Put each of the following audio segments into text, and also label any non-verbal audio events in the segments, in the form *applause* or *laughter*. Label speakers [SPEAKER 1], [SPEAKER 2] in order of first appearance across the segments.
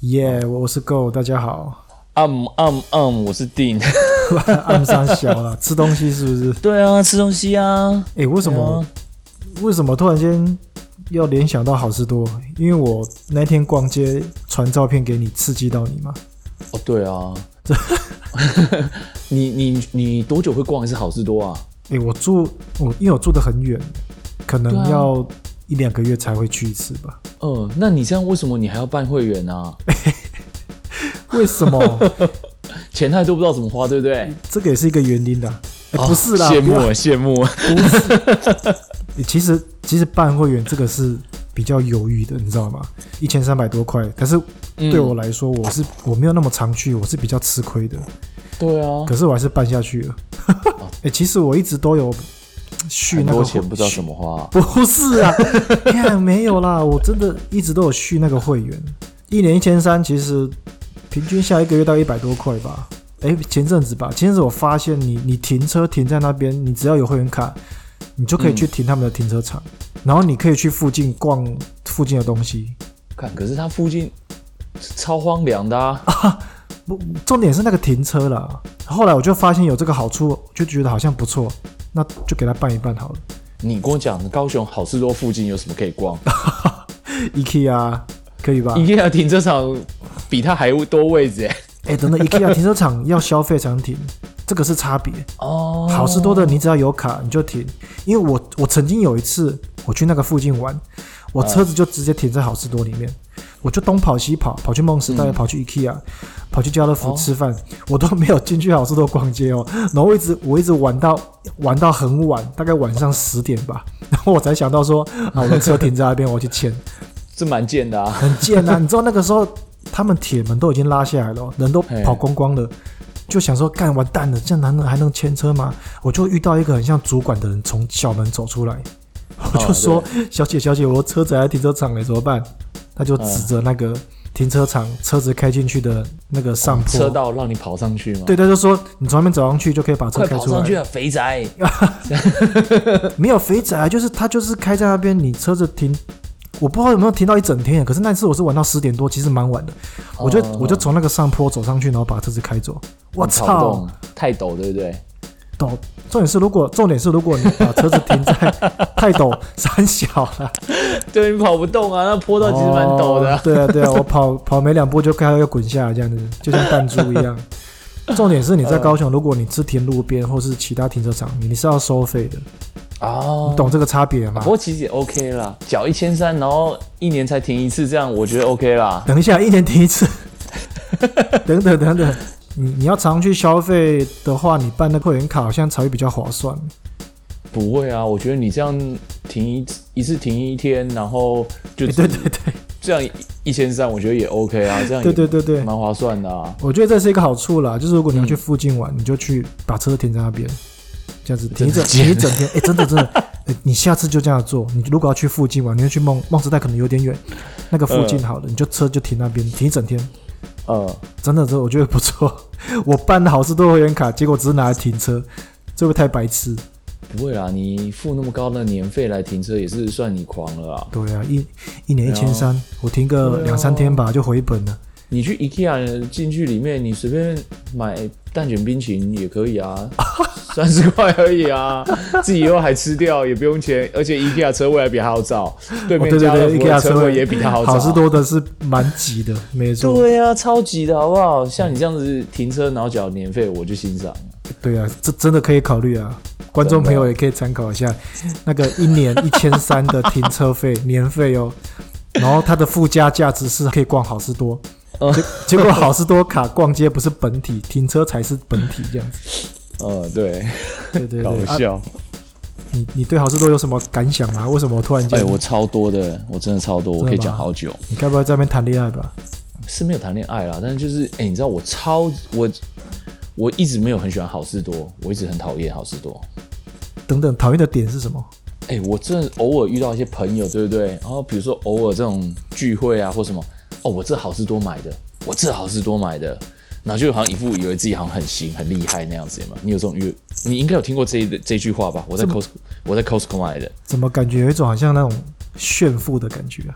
[SPEAKER 1] 耶、我是 Go，大家好。 *laughs*
[SPEAKER 2] 嗯嗯嗯，我是定。
[SPEAKER 1] 暗杀小了，吃东西是不是？
[SPEAKER 2] *laughs* 对啊，吃东西啊。
[SPEAKER 1] 哎、为什么、为什么突然间要联想到好事多？因为我那天逛街传照片给你，刺激到你嘛。
[SPEAKER 2] 哦，对啊。 *laughs* 你你你多久会逛一次好事多啊？
[SPEAKER 1] 哎、我住我因为我住得很远，可能
[SPEAKER 2] 对啊
[SPEAKER 1] 要一两个月才会去一次吧。
[SPEAKER 2] *laughs* 嗯，那你这样为什么你还要办会员啊？
[SPEAKER 1] 为什
[SPEAKER 2] *laughs*
[SPEAKER 1] 么？
[SPEAKER 2] 钱太多不知道怎么花，对不对？
[SPEAKER 1] 这个也是一个原因的啊、诶 *laughs*
[SPEAKER 2] 哦
[SPEAKER 1] 不是啦，
[SPEAKER 2] 羡
[SPEAKER 1] 不
[SPEAKER 2] 慕
[SPEAKER 1] 要
[SPEAKER 2] 啊羡慕啊。
[SPEAKER 1] 其实其实办会员这个是比较犹豫的，你知道吗？一千三百多块，可是
[SPEAKER 2] 嗯
[SPEAKER 1] 对我来说，我是我没有那么常去，我是比较吃亏的。
[SPEAKER 2] 对啊，
[SPEAKER 1] 可是我还是办下去了。 *laughs* 哎、其实我一直都有续
[SPEAKER 2] 哦很
[SPEAKER 1] 那个
[SPEAKER 2] 多
[SPEAKER 1] 会
[SPEAKER 2] 钱不知道怎么花啊、
[SPEAKER 1] *laughs* 不是啊，看没有啦，我真的一直都有续那个会员，一年一千三，其实平均下一个月到一百多块吧。哎，前阵子吧，前阵子我发现你你停车停在那边，你只要有会员卡，你就可以去停他们的停车场，然后你可以去附近逛附近的东西。
[SPEAKER 2] 看，可是它附近超荒凉的啊。 *laughs*
[SPEAKER 1] 不，重点是那个停车啦。后来我就发现有这个好处，就觉得好像不错，那就给他办一办好了。
[SPEAKER 2] 你跟我讲，高雄好事多附近有什么可以 *laughs* 逛？
[SPEAKER 1] IKEA 可以吧？
[SPEAKER 2] IKEA 停车场比它还多位置哎。
[SPEAKER 1] 哎，等等，IKEA 停车场要消费才能停，这个是差别。
[SPEAKER 2] *laughs* 哦，
[SPEAKER 1] 好事多的，你只要有卡你就停。因为我我曾经有一次我去那个附近玩，我车子就直接停在好事多里面，我就东跑西跑，跑去梦时代，跑去 IKEA，跑去家乐福吃饭，我都没有进去好事多逛街哦。然后我一直我一直玩到玩到很晚，大概晚上十点吧，然后我才想到说，啊，我的车停在那边，我去签。
[SPEAKER 2] 这蛮贱的啊。
[SPEAKER 1] *laughs* 很贱啊！你知道那个时候他们铁门都已经拉下来了哦，人都跑光光了，就想说干完蛋了，这样男人还能牵车吗？我就遇到一个很像主管的人从小门走出来， *laughs*
[SPEAKER 2] 哦
[SPEAKER 1] 我就说：“小姐，小姐，我的车子还在停车场呢，怎么办？”他就指着那个停车场车子开进去的那个上坡，
[SPEAKER 2] 车道让你跑上去吗？
[SPEAKER 1] 对，他就说：“你从那边走上去就可以把车
[SPEAKER 2] 快
[SPEAKER 1] 开
[SPEAKER 2] 跑
[SPEAKER 1] 出
[SPEAKER 2] 上
[SPEAKER 1] 来。
[SPEAKER 2] 去啊，肥宅！
[SPEAKER 1] 没有肥仔啊，就是他就是开在那边，你车子停，我不知道有没有停到一整天。可是那次我是玩到十点多，其实蛮晚的，我就、
[SPEAKER 2] 哦
[SPEAKER 1] 我就从那个上坡走上去，然后把车子开走。我
[SPEAKER 2] 跑不
[SPEAKER 1] 操
[SPEAKER 2] 动，，太陡，对不对？
[SPEAKER 1] 抖！重点是如果重点是如果你把车子停在 *laughs* 太陡山小了，
[SPEAKER 2] 对你跑不动啊，那坡道其实蛮陡的
[SPEAKER 1] 哦
[SPEAKER 2] 啊。
[SPEAKER 1] 对啊对啊，我跑跑没两步就快要滚下来，这样子就像弹珠一
[SPEAKER 2] *laughs*
[SPEAKER 1] 样。重点是你
[SPEAKER 2] 嗯
[SPEAKER 1] 在高雄，如果你是停路边或是其他停车场，你是要收费的，
[SPEAKER 2] 哦，
[SPEAKER 1] 懂这个差别吗
[SPEAKER 2] 不？过其实也 OK 啦，缴一千三，然后一年才停一次，这样我觉得 OK 啦。
[SPEAKER 1] 等一下，一年停一次。 *laughs* 等等等等，你你要常去消费的话，你办那会员卡好像才会比较划算。
[SPEAKER 2] 不会啊，我觉得你这样停一一次停一天，然后就
[SPEAKER 1] 诶对对对
[SPEAKER 2] 这样一千三，我觉得也 OK 啊，这样也
[SPEAKER 1] 对对对对，
[SPEAKER 2] 蛮划算的啊。
[SPEAKER 1] 我觉得这是一个好处啦，就是如果你要去附近玩，你就去把车停在那边，这样子停一整停一整天。哎，真的真的， *laughs* 诶你下次就这样做。你如果要去附近玩，你就去梦梦时代，可能有点远，那个附近好了，你就车就停那边，停一整天。
[SPEAKER 2] 呃，
[SPEAKER 1] 真的，真的，我觉得不错。 *laughs* 我办的好事多会员卡，结果只是拿来停车，这会不会太白痴？
[SPEAKER 2] 不会啦，你付那么高的年费来停车，也是算你狂了啊。
[SPEAKER 1] 对啊，一一年一千三，我停个两三天吧就回本了。
[SPEAKER 2] 你去 IKEA 进去里面，你随便买蛋卷冰淇淋也可以
[SPEAKER 1] *laughs*
[SPEAKER 2] 啊，三十块而已啊，自己又还吃掉，也不用钱，而且 IKEA 车位还比它好找，对
[SPEAKER 1] 哦，
[SPEAKER 2] 面
[SPEAKER 1] 对对
[SPEAKER 2] 家乐
[SPEAKER 1] 对
[SPEAKER 2] 福
[SPEAKER 1] ，IKEA
[SPEAKER 2] 的车位也比它好找，啊
[SPEAKER 1] 好事多的是蛮挤的，没错。
[SPEAKER 2] 对啊，超级的好不好？像你这样子停车然后缴年费，我就欣赏了。
[SPEAKER 1] 对啊，这真的可以考虑啊，观众朋友也可以参考一下，那个一年一千三的停车
[SPEAKER 2] *laughs*
[SPEAKER 1] 费年费哦，然后它的附加价值是可以逛好事多。
[SPEAKER 2] 哦
[SPEAKER 1] 结结果好事多卡逛街不是本体，停车才是本体这样
[SPEAKER 2] *laughs*
[SPEAKER 1] 子。
[SPEAKER 2] 呃，对，
[SPEAKER 1] 对对
[SPEAKER 2] 搞
[SPEAKER 1] 对，啊、
[SPEAKER 2] 笑。
[SPEAKER 1] 你你对好事多有什么感想吗？为什么我突然
[SPEAKER 2] 哎、
[SPEAKER 1] 间？
[SPEAKER 2] 我超多的，我真的超多，我可以
[SPEAKER 1] 真的吗
[SPEAKER 2] 讲好久。
[SPEAKER 1] 你该不会在那边谈恋爱吧？
[SPEAKER 2] 是没有谈恋爱啦，但是就是，哎、你知道我超我我一直没有很喜欢好事多，我一直很讨厌好事多。
[SPEAKER 1] 等等，讨厌的点是什么？
[SPEAKER 2] 哎、我真的偶尔遇到一些朋友，对不对？然后比如说偶尔这种聚会啊，或什么，哦，我这好事多买的，我这好事多买的，然后就好像一副以为自己好像很行、很厉害那样子嘛。你有这种遇，你应该有听过这一这句话吧？我在 Costco，我在 Costco 买的，
[SPEAKER 1] 怎么感觉有一种好像那种炫富的感觉啊？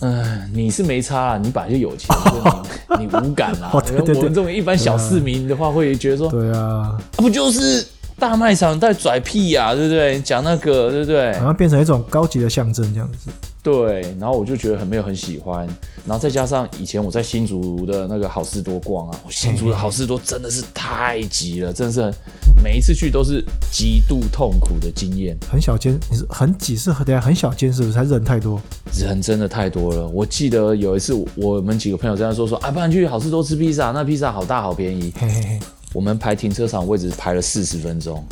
[SPEAKER 2] 嗯，你是没差啊，你本来就有钱，
[SPEAKER 1] *laughs*
[SPEAKER 2] 所以你你无感啦。
[SPEAKER 1] 哦对对对
[SPEAKER 2] 我们这种一般小市民的话，会觉得说，
[SPEAKER 1] 对啊，
[SPEAKER 2] 啊不就是大卖场在拽屁呀、对不对？讲那个，对不对？
[SPEAKER 1] 好像变成一种高级的象征这样子。
[SPEAKER 2] 对，然后我就觉得很没有很喜欢，然后再加上以前我在新竹的那个好事多逛啊，我新竹的好事多真的是太挤了，真的是很每一次去都是极度痛苦的经验，
[SPEAKER 1] 很小间，你是很挤是很等一下很小间是不是？还是人太多？
[SPEAKER 2] 人真的太多了。我记得有一次我我们几个朋友这样说说啊，不然去好事多吃披萨，那披萨好大好便宜，
[SPEAKER 1] 嘿嘿嘿，
[SPEAKER 2] 我们排停车场位置排了四十分钟，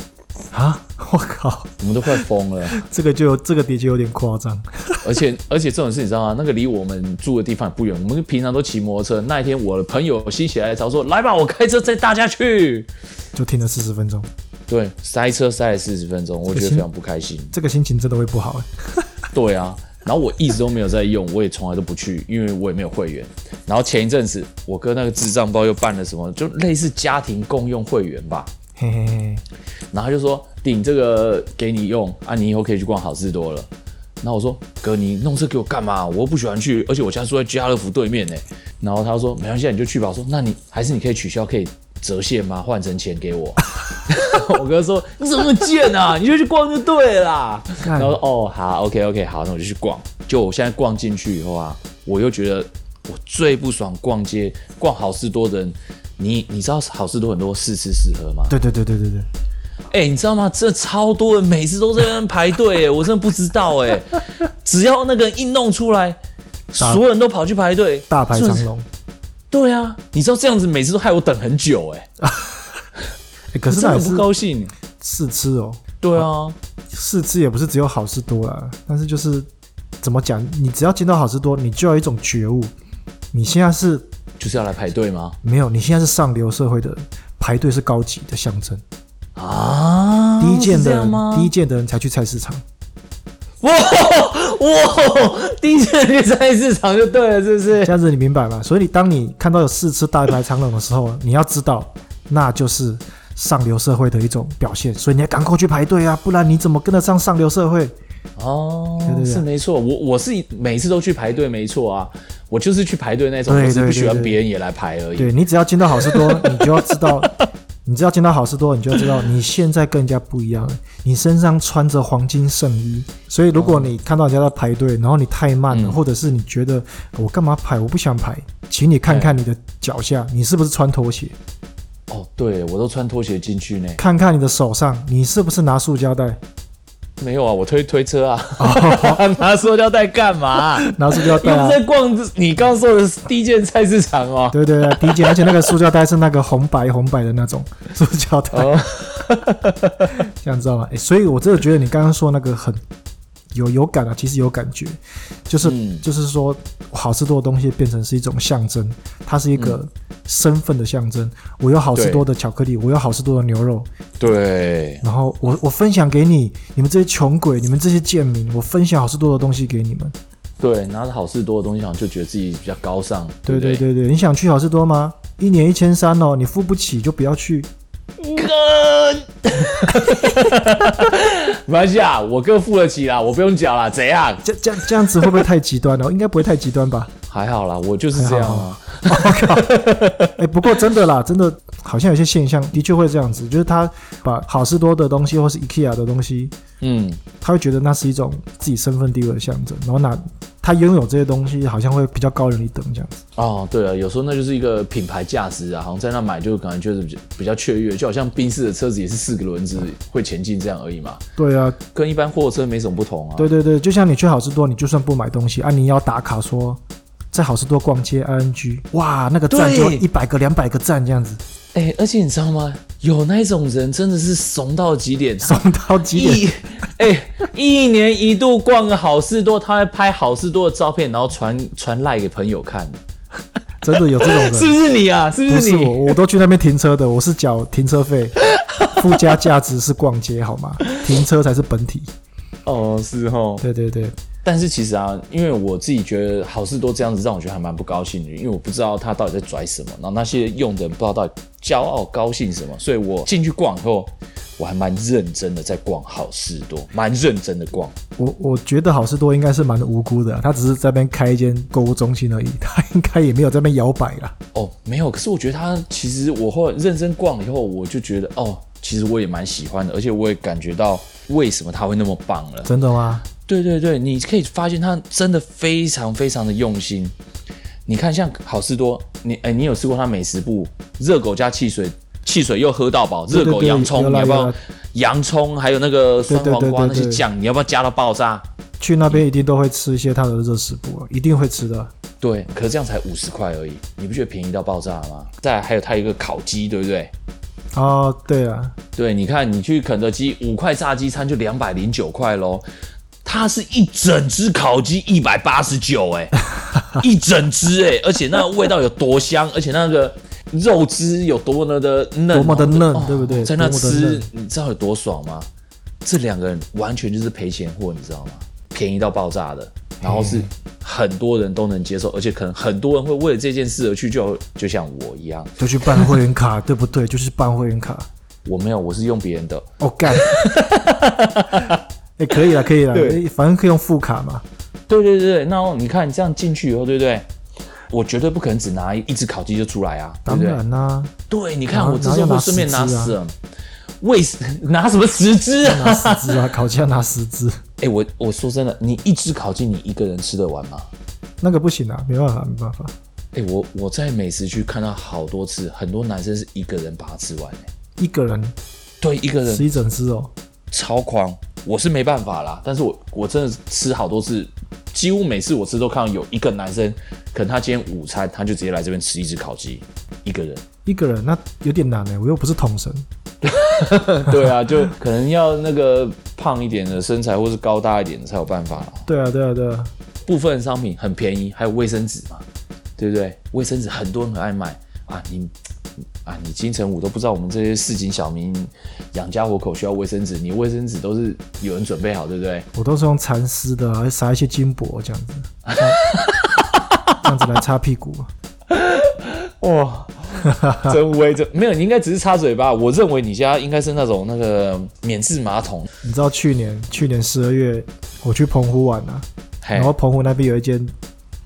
[SPEAKER 1] 啊， *laughs* 我靠，
[SPEAKER 2] 我们都快疯了。
[SPEAKER 1] 这个就这个的确有点夸张。
[SPEAKER 2] 而且而且这种事你知道吗？那个离我们住的地方也不远，我们平常都骑摩托车。那一天我的朋友心血来潮说：“来吧，我开车载大家去。
[SPEAKER 1] 就停了四十分钟，”
[SPEAKER 2] 对，塞车塞了四十分钟，我觉得非常不开心。
[SPEAKER 1] 这个心情真的会不好、欸。
[SPEAKER 2] 对啊，然后我一直都没有在用，我也从来都不去，因为我也没有会员。然后前一阵子我跟那个智障包又办了什么，就类似家庭共用会员吧。
[SPEAKER 1] 嘿嘿嘿，
[SPEAKER 2] 然后他就说：“顶这个给你用啊，你以后可以去逛好事多了。”然后我说：“哥，你弄这给我干嘛？我又不喜欢去，而且我家住在家乐福对面呢。”然后他说：“没关系啊，你就去吧。”我说：“那你还是你可以取消，可以折现吗？换成钱给我。” *laughs* 我哥说：“你怎么那么贱啊？你就去逛就对了啦。”然后说：“哦，好，OK OK，好，那我就去逛。”就我现在逛进去以后啊，我又觉得我最不爽逛街逛好事多的人。你你知道好事多很多试吃试喝吗？
[SPEAKER 1] 对对对对对对，
[SPEAKER 2] 哎、你知道吗？这超多人，每次都在那边排队，哎，我真的不知道，哎，只要那个人一弄出来，
[SPEAKER 1] 大
[SPEAKER 2] 所有人都跑去排队，
[SPEAKER 1] 大排
[SPEAKER 2] 是不
[SPEAKER 1] 长
[SPEAKER 2] 是。
[SPEAKER 1] 龙。
[SPEAKER 2] 对啊，你知道这样子每次都害我等很久，哎，
[SPEAKER 1] 欸可是
[SPEAKER 2] 真
[SPEAKER 1] 那也
[SPEAKER 2] 的不
[SPEAKER 1] 是
[SPEAKER 2] 高兴。
[SPEAKER 1] 试吃哦，
[SPEAKER 2] 对啊，
[SPEAKER 1] 试吃也不是只有好事多啦，但是就是怎么讲，你只要见到好事多，你就有一种觉悟，你现在是
[SPEAKER 2] 就是要来排队吗？
[SPEAKER 1] 没有，你现在是上流社会的人，排队是高级的象征，
[SPEAKER 2] 啊，
[SPEAKER 1] 低贱
[SPEAKER 2] 是这
[SPEAKER 1] 的
[SPEAKER 2] 样
[SPEAKER 1] 人，
[SPEAKER 2] 吗？
[SPEAKER 1] 低贱的人才去菜市场。
[SPEAKER 2] 哇哇，低贱的去菜市场就对了，是不是？
[SPEAKER 1] 这样子你明白吗？所以你当你看到有试吃大排长龙的时候，你要知道，那就是上流社会的一种表现，所以你要赶快去排队啊，不然你怎么跟得上上流社会？
[SPEAKER 2] 哦
[SPEAKER 1] 对，对对
[SPEAKER 2] 是没错，我我是每次都去排队，没错啊，我就是去排队那种，
[SPEAKER 1] 对
[SPEAKER 2] 我只是
[SPEAKER 1] 对
[SPEAKER 2] 不喜
[SPEAKER 1] 对
[SPEAKER 2] 欢
[SPEAKER 1] 对
[SPEAKER 2] 别人也来排而已。
[SPEAKER 1] 对你只要见到好事多，你就要知道，你只要见到好事多，你就要知道你现在跟人家不一样了，你身上穿着黄金圣衣。所以如果你看到人家在排队，然后你太慢了，
[SPEAKER 2] 嗯
[SPEAKER 1] 或者是你觉得呃我干嘛排，我不想排，请你看看你的脚下，你是不是穿拖鞋？
[SPEAKER 2] 哦，对，我都穿拖鞋进去呢。
[SPEAKER 1] 看看你的手上，你是不是拿塑胶袋？
[SPEAKER 2] 没有啊，我推推车啊，拿塑料袋干 *laughs* 嘛、
[SPEAKER 1] 拿塑胶
[SPEAKER 2] 又
[SPEAKER 1] 袋
[SPEAKER 2] 不
[SPEAKER 1] 啊
[SPEAKER 2] 是？在逛你刚刚说的第一件菜市场哦。
[SPEAKER 1] *laughs* 对对对，理解。而且那个塑胶袋是那个红白红白的那种塑胶袋，
[SPEAKER 2] 哦，
[SPEAKER 1] *laughs* 这样知道吗？诶所以我真的觉得你刚刚说那个很有有感啊，其实有感觉，就是、
[SPEAKER 2] 嗯
[SPEAKER 1] 就是说好吃多的东西变成是一种象征，它是一个
[SPEAKER 2] 嗯
[SPEAKER 1] 身份的象征。我有好吃多的巧克力，我有好吃多的牛肉，
[SPEAKER 2] 对，
[SPEAKER 1] 然后我我分享给你，你们这些穷鬼，你们这些贱民，我分享好吃多的东西给你们。
[SPEAKER 2] 对，拿着好事多的东西，好像就觉得自己比较高尚。
[SPEAKER 1] 对
[SPEAKER 2] 不
[SPEAKER 1] 对对对，你想去好吃多吗？一年一千三哦，你付不起就不要去。
[SPEAKER 2] 跟，嗯 *laughs* 没关系啊，我哥付得起啦，我不用缴啦，怎样？
[SPEAKER 1] 这这样这样子会不会太极端啊了？应该不会太极端吧？
[SPEAKER 2] 还好啦，我就是这样啊。
[SPEAKER 1] 哎、不过真的啦，真的好像有些现象的确会这样子，就是他把好事多的东西或是 IKEA 的东西，
[SPEAKER 2] 嗯，
[SPEAKER 1] 他会觉得那是一种自己身份地位的象征，然后拿他拥有这些东西，好像会比较高人一等这样子。
[SPEAKER 2] 哦，对了，有时候那就是一个品牌价值啊，好像在那买就感觉就是比较比较雀跃，就好像宾士的车子也是四个轮子会前进这样而已嘛。
[SPEAKER 1] 对啊，
[SPEAKER 2] 跟一般货车没什么不同啊。
[SPEAKER 1] 对对对，就像你去好事多，你就算不买东西啊，你也要打卡说在好事多逛街 ING，哇，那个赞就
[SPEAKER 2] 对
[SPEAKER 1] 一百个两百个赞这样子， *laughs*
[SPEAKER 2] 哎、而且你知道吗？有那种人真的是怂到
[SPEAKER 1] *laughs*
[SPEAKER 2] 极点，
[SPEAKER 1] 爽到极点。
[SPEAKER 2] 一哎、一年一度逛个好事多，他会拍好事多的照片，然后传传赖给朋友看，
[SPEAKER 1] 真的有这种 *laughs* 人，
[SPEAKER 2] 是不是你啊？是
[SPEAKER 1] 不
[SPEAKER 2] 不是
[SPEAKER 1] 是
[SPEAKER 2] 你？
[SPEAKER 1] 我，我都去那边停车的，我是缴停车费，附加价值是逛街好吗？停车才是本体。
[SPEAKER 2] 哦，是哦。
[SPEAKER 1] 对对对，
[SPEAKER 2] 但是其实啊，因为我自己觉得好事多这样子让我觉得还蛮不高兴的，因为我不知道他到底在拽什么，然后那些用的人不知道到底骄傲高兴什么，所以我进去逛以后，我还蛮认真的在逛好事多，蛮认真的逛。
[SPEAKER 1] 我我觉得好事多应该是蛮无辜的啊、他只是在那边开一间购物中心而已，他应该也没有在那边摇摆啦。
[SPEAKER 2] 哦，没有，可是我觉得他其实我后来认真逛了以后，我就觉得哦，其实我也蛮喜欢的，而且我也感觉到为什么他会那么棒了。
[SPEAKER 1] 真的吗？
[SPEAKER 2] 对对对，你可以发现他真的非常非常的用心。你看，像好事多，你哎、你有吃过他美食部热狗加汽水，汽水又喝到饱，热
[SPEAKER 1] 对
[SPEAKER 2] 狗
[SPEAKER 1] 对
[SPEAKER 2] 洋
[SPEAKER 1] 有
[SPEAKER 2] 葱，你
[SPEAKER 1] 啦
[SPEAKER 2] 要不
[SPEAKER 1] 有
[SPEAKER 2] 要
[SPEAKER 1] 啦？
[SPEAKER 2] 洋葱还有那个酸
[SPEAKER 1] 对对
[SPEAKER 2] 黄瓜
[SPEAKER 1] 对
[SPEAKER 2] 那
[SPEAKER 1] 对
[SPEAKER 2] 些
[SPEAKER 1] 对
[SPEAKER 2] 酱，你要不要加到爆炸？
[SPEAKER 1] 去那边一定都会吃一些他的热食部啊，一定会吃的。
[SPEAKER 2] 对，可是这样才五十块而已，你不觉得便宜到爆炸吗？再来还有它有一个烤鸡，对不对？
[SPEAKER 1] 哦，对啊，
[SPEAKER 2] 对，你看你去肯德基五块炸鸡餐就两百零九块喽，它是一整只烤鸡一百八十九，哎，一整只哎、而且那个味道有多香，而且那个肉汁有多么的嫩，
[SPEAKER 1] 多么的嫩
[SPEAKER 2] 哦
[SPEAKER 1] 对不对
[SPEAKER 2] 在那
[SPEAKER 1] 多么的
[SPEAKER 2] 吃
[SPEAKER 1] 嫩，
[SPEAKER 2] 你知道有多爽吗？这两个人完全就是赔钱货，你知道吗？便宜到爆炸的，然后是很多人都能接受，而且可能很多人会为了这件事而去就，就像我一样，
[SPEAKER 1] 就去办会员卡，对不对？就去办会员卡。
[SPEAKER 2] 我没有，我是用别人的。
[SPEAKER 1] 哦，干。 *laughs* 哎、可以了，可以了，
[SPEAKER 2] 对
[SPEAKER 1] 哎反正可以用副卡嘛。
[SPEAKER 2] 对对对，对那你看你这样进去以后，对不对？我绝对不可能只拿一只烤鸡就出来啊，对
[SPEAKER 1] 当
[SPEAKER 2] 不对？
[SPEAKER 1] 然啦、
[SPEAKER 2] 对，你
[SPEAKER 1] 然
[SPEAKER 2] 看
[SPEAKER 1] 后
[SPEAKER 2] 我这时
[SPEAKER 1] 然后
[SPEAKER 2] 候
[SPEAKER 1] 拿
[SPEAKER 2] 顺便拿
[SPEAKER 1] 十只啊
[SPEAKER 2] 十，为什 *laughs* 拿什么十只啊？
[SPEAKER 1] *laughs* 拿十只啊，烤鸡要拿十只，
[SPEAKER 2] 哎，我我说真的，你一只烤鸡你一个人吃得完吗？
[SPEAKER 1] 那个不行啊，没办法，没办法。
[SPEAKER 2] 哎，我我在美食区看到好多次，很多男生是一个人把它吃完、哎，
[SPEAKER 1] 一个人
[SPEAKER 2] 对，一个人
[SPEAKER 1] 吃一整只哦，
[SPEAKER 2] 超狂，我是没办法啦。但是我我真的吃好多次，几乎每次我吃都看到有一个男生，可能他今天午餐他就直接来这边吃一只烤鸡，一个人。
[SPEAKER 1] 一个人那有点难欸呢，我又不是统神。 *laughs*
[SPEAKER 2] 对啊，就可能要那个胖一点的身材，或是高大一点的才有办法啦。
[SPEAKER 1] 对啊，对啊，对啊，
[SPEAKER 2] 部分商品很便宜，还有卫生纸嘛，对不对？卫生纸很多人很爱买啊，你啊，你金城武都不知道我们这些市井小民养家活口需要卫生纸，你卫生纸都是有人准备好，对不对？
[SPEAKER 1] 我都是用蚕丝的、啊，还撒一些金箔这样子， *laughs* 这样子来擦屁股。
[SPEAKER 2] 哇， *laughs* 真威真没有，你应该只是擦嘴巴。我认为你家应该是那种那个免治马桶，
[SPEAKER 1] 你知道去年去年十二月我去澎湖玩啊，
[SPEAKER 2] 嘿
[SPEAKER 1] 然后澎湖那边有一间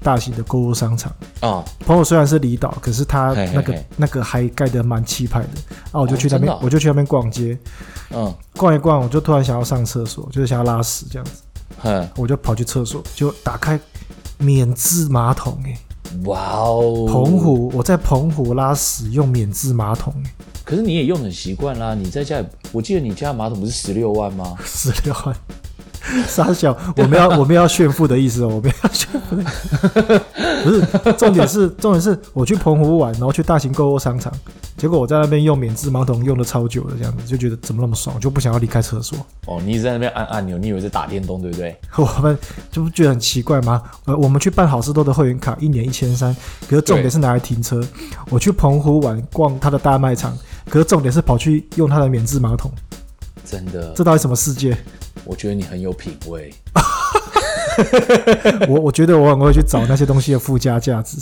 [SPEAKER 1] 大型的购物商场。
[SPEAKER 2] 啊，
[SPEAKER 1] 澎湖虽然是离岛，可是它
[SPEAKER 2] 嘿嘿
[SPEAKER 1] 那个
[SPEAKER 2] 嘿
[SPEAKER 1] 那个还盖得蛮气派的。啊，我就
[SPEAKER 2] 哦
[SPEAKER 1] 去那边，
[SPEAKER 2] 真的哦
[SPEAKER 1] 我就去那边逛街，
[SPEAKER 2] 嗯
[SPEAKER 1] 逛一逛，我就突然想要上厕所，就是想要拉屎这样子，
[SPEAKER 2] 哼，
[SPEAKER 1] 我就跑去厕所，就打开免治马桶、欸，
[SPEAKER 2] 哇哦，
[SPEAKER 1] 澎湖，我在澎湖拉屎用免治马桶、欸，
[SPEAKER 2] 可是你也用得很习惯啦，你在家也，我记得你家的马桶不是十六万吗？
[SPEAKER 1] 十六万。 *laughs* 傻小，我们要我们要炫富的意思哦，我们要炫富的意思。 *laughs* 不是，重点是重点是我去澎湖玩，然后去大型购物商场，结果我在那边用免治马桶用的超久的，这样子就觉得怎么那么爽，我就不想要离开厕所。
[SPEAKER 2] 哦，你一直在那边按按钮，你以为在打电动对不对？
[SPEAKER 1] *laughs* 我们就不觉得很奇怪吗？呃，我们去办好事多的会员卡，一年一千三，可是重点
[SPEAKER 2] 对
[SPEAKER 1] 是拿来停车。我去澎湖玩逛它的大卖场，可是重点是跑去用它的免治马桶，
[SPEAKER 2] 真的，
[SPEAKER 1] 这到底什么世界？
[SPEAKER 2] 我觉得你很有品味。
[SPEAKER 1] 我我觉得我很会去找那些东西的附加价值。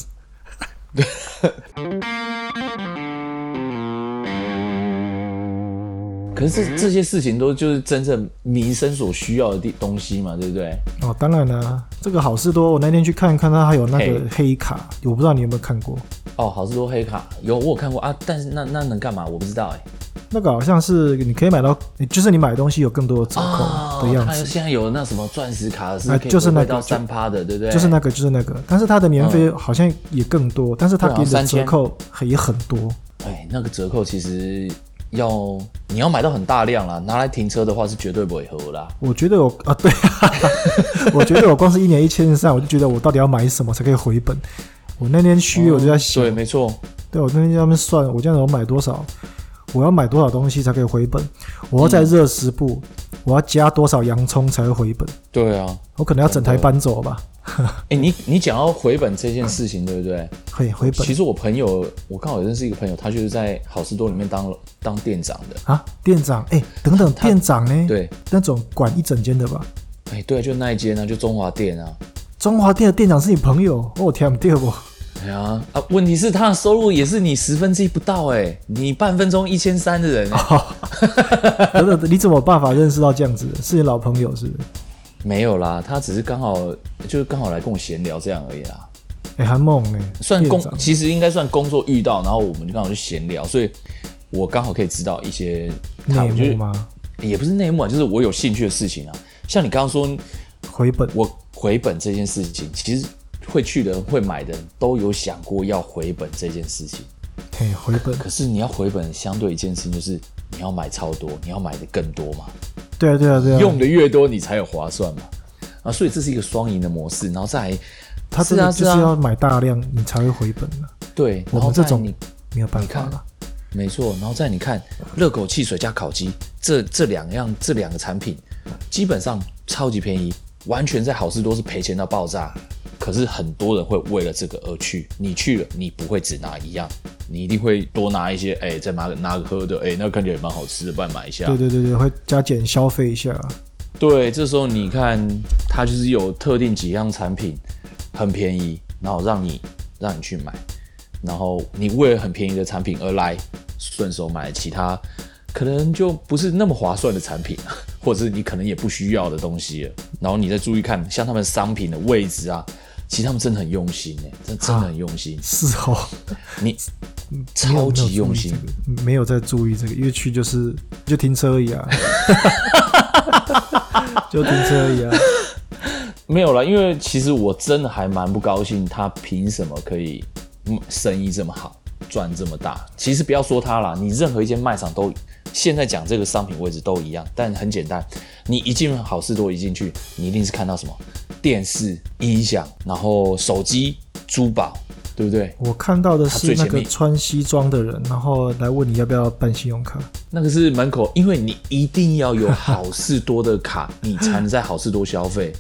[SPEAKER 2] 可是这这些事情都就是真正民生所需要的地东西嘛，对不对？
[SPEAKER 1] 哦，当然啦、这个好事多，我那天去看看它还有那个黑卡，我不知道你有没有看过，
[SPEAKER 2] 哦，好事多黑卡有我有看过啊，但是那那能干嘛？我不知道哎、
[SPEAKER 1] 那个好像是你可以买到，就是你买东西有更多的折扣啊的样
[SPEAKER 2] 哦它
[SPEAKER 1] 子。
[SPEAKER 2] 有现在有那什么钻石卡是
[SPEAKER 1] 啊
[SPEAKER 2] 可以
[SPEAKER 1] 就是那
[SPEAKER 2] 回
[SPEAKER 1] 个
[SPEAKER 2] 到
[SPEAKER 1] 就
[SPEAKER 2] 三趴的，对不对？嗯
[SPEAKER 1] 就是那个，就是那个，但是它的年费好像也更多，但是它
[SPEAKER 2] 对啊
[SPEAKER 1] 给你的
[SPEAKER 2] 3000
[SPEAKER 1] 折扣也很多。
[SPEAKER 2] 哎，那个折扣其实要你要买到很大量啦，拿来停车的话是绝对不会喝啦。
[SPEAKER 1] 我觉得我啊，对 *laughs* 啊，我觉得我光是一年一千三，我就觉得我到底要买什么才可以回本。我那天去我就在想，
[SPEAKER 2] 哦对，没错，
[SPEAKER 1] 对我那天在那边算，我这样子我买多少，我要买多少东西才可以回本？我要
[SPEAKER 2] 嗯
[SPEAKER 1] 在热食部，我要加多少洋葱才会回本？
[SPEAKER 2] 对啊。
[SPEAKER 1] 我可能要整台搬走吧，
[SPEAKER 2] 哎、你你讲到回本这件事情，对不对？
[SPEAKER 1] 可以回本
[SPEAKER 2] 其实我朋友，我刚好认识一个朋友，他就是在好事多里面当当店长的。
[SPEAKER 1] 啊！店长，哎、等等，店长呢？，
[SPEAKER 2] 对，
[SPEAKER 1] 那种管一整间的吧。
[SPEAKER 2] 哎、对，就那一间啊，就中华店啊。
[SPEAKER 1] 中华店的店长是你朋友？哦，天不对不？ *laughs*
[SPEAKER 2] 哎呀啊，问题是他的收入也是你十分之一不到哎、你半分钟一千三的人、
[SPEAKER 1] 哦
[SPEAKER 2] 欸，
[SPEAKER 1] 等等，你怎么有办法认识到这样子的？是你老朋友是不是？
[SPEAKER 2] 没有啦，他只是刚好就是刚好来跟我闲聊这样而已啦。
[SPEAKER 1] 哎、还梦哎、
[SPEAKER 2] 算
[SPEAKER 1] 店
[SPEAKER 2] 工
[SPEAKER 1] 长，
[SPEAKER 2] 其实应该算工作遇到，然后我们就刚好就闲聊，所以我刚好可以知道一些 *laughs* 他，我
[SPEAKER 1] 内
[SPEAKER 2] 觉
[SPEAKER 1] 幕
[SPEAKER 2] 得
[SPEAKER 1] 吗？
[SPEAKER 2] 也不是内幕啊，就是我有兴趣的事情啊。像你刚刚说
[SPEAKER 1] 回本
[SPEAKER 2] 我回本这件事情，其实会去的人、会买的人都有想过要回本这件事情。
[SPEAKER 1] 嘿，回本，
[SPEAKER 2] 可是你要回本，相对一件事情就是你要买超多，你要买的更多嘛，
[SPEAKER 1] 对啊对啊对啊，
[SPEAKER 2] 用的越多你才有划算嘛。啊，所以这是一个双赢的模式，然后再来
[SPEAKER 1] 他
[SPEAKER 2] 是
[SPEAKER 1] 真的
[SPEAKER 2] 啊
[SPEAKER 1] 就是是要
[SPEAKER 2] 啊，
[SPEAKER 1] 买大量你才会回本的。
[SPEAKER 2] 对，
[SPEAKER 1] 我
[SPEAKER 2] 然后
[SPEAKER 1] 们这
[SPEAKER 2] 再来
[SPEAKER 1] 种
[SPEAKER 2] 你
[SPEAKER 1] 没有办法
[SPEAKER 2] 看
[SPEAKER 1] 了。
[SPEAKER 2] 没错，然后再你看热狗汽水加烤鸡这这两样这两个产品，基本上超级便宜，完全在好事多是赔钱到爆炸。可是很多人会为了这个而去，你去了你不会只拿一样，你一定会多拿一些，哎、再拿个拿个喝的，哎、那看起来也蛮好吃的，不然买一下。
[SPEAKER 1] 对对对对，会加减消费一下。
[SPEAKER 2] 对，这时候你看，它就是有特定几样产品很便宜，然后让你让你去买，然后你为了很便宜的产品而来，顺手买其他可能就不是那么划算的产品， *laughs* 或者是你可能也不需要的东西了。然后你再注意看，像他们商品的位置啊，其实他们真的很用心哎、这真的很用心，
[SPEAKER 1] 是哦，
[SPEAKER 2] 你
[SPEAKER 1] 没有
[SPEAKER 2] 超级用心。，
[SPEAKER 1] 没有在注意这个，因为去就是就停车而已
[SPEAKER 2] *laughs*
[SPEAKER 1] 啊，就停车而已啊。
[SPEAKER 2] 没有啦，因为其实我真的还蛮不高兴，他凭什么可以嗯生意这么好，赚这么大？其实不要说他啦，你任何一间卖场都，现在讲这个商品位置都一样，但很简单，你一进好事多一进去，你一定是看到什么电视、音响，然后手机、珠宝，对不对？
[SPEAKER 1] 我看到的
[SPEAKER 2] 他
[SPEAKER 1] 是
[SPEAKER 2] 最
[SPEAKER 1] 那
[SPEAKER 2] 前
[SPEAKER 1] 个
[SPEAKER 2] 面
[SPEAKER 1] 穿西装的人，然后来问你要不要办信用卡。 *laughs*
[SPEAKER 2] 那个是门口，因为你一定要有好事多的卡，你才能在好事多消费。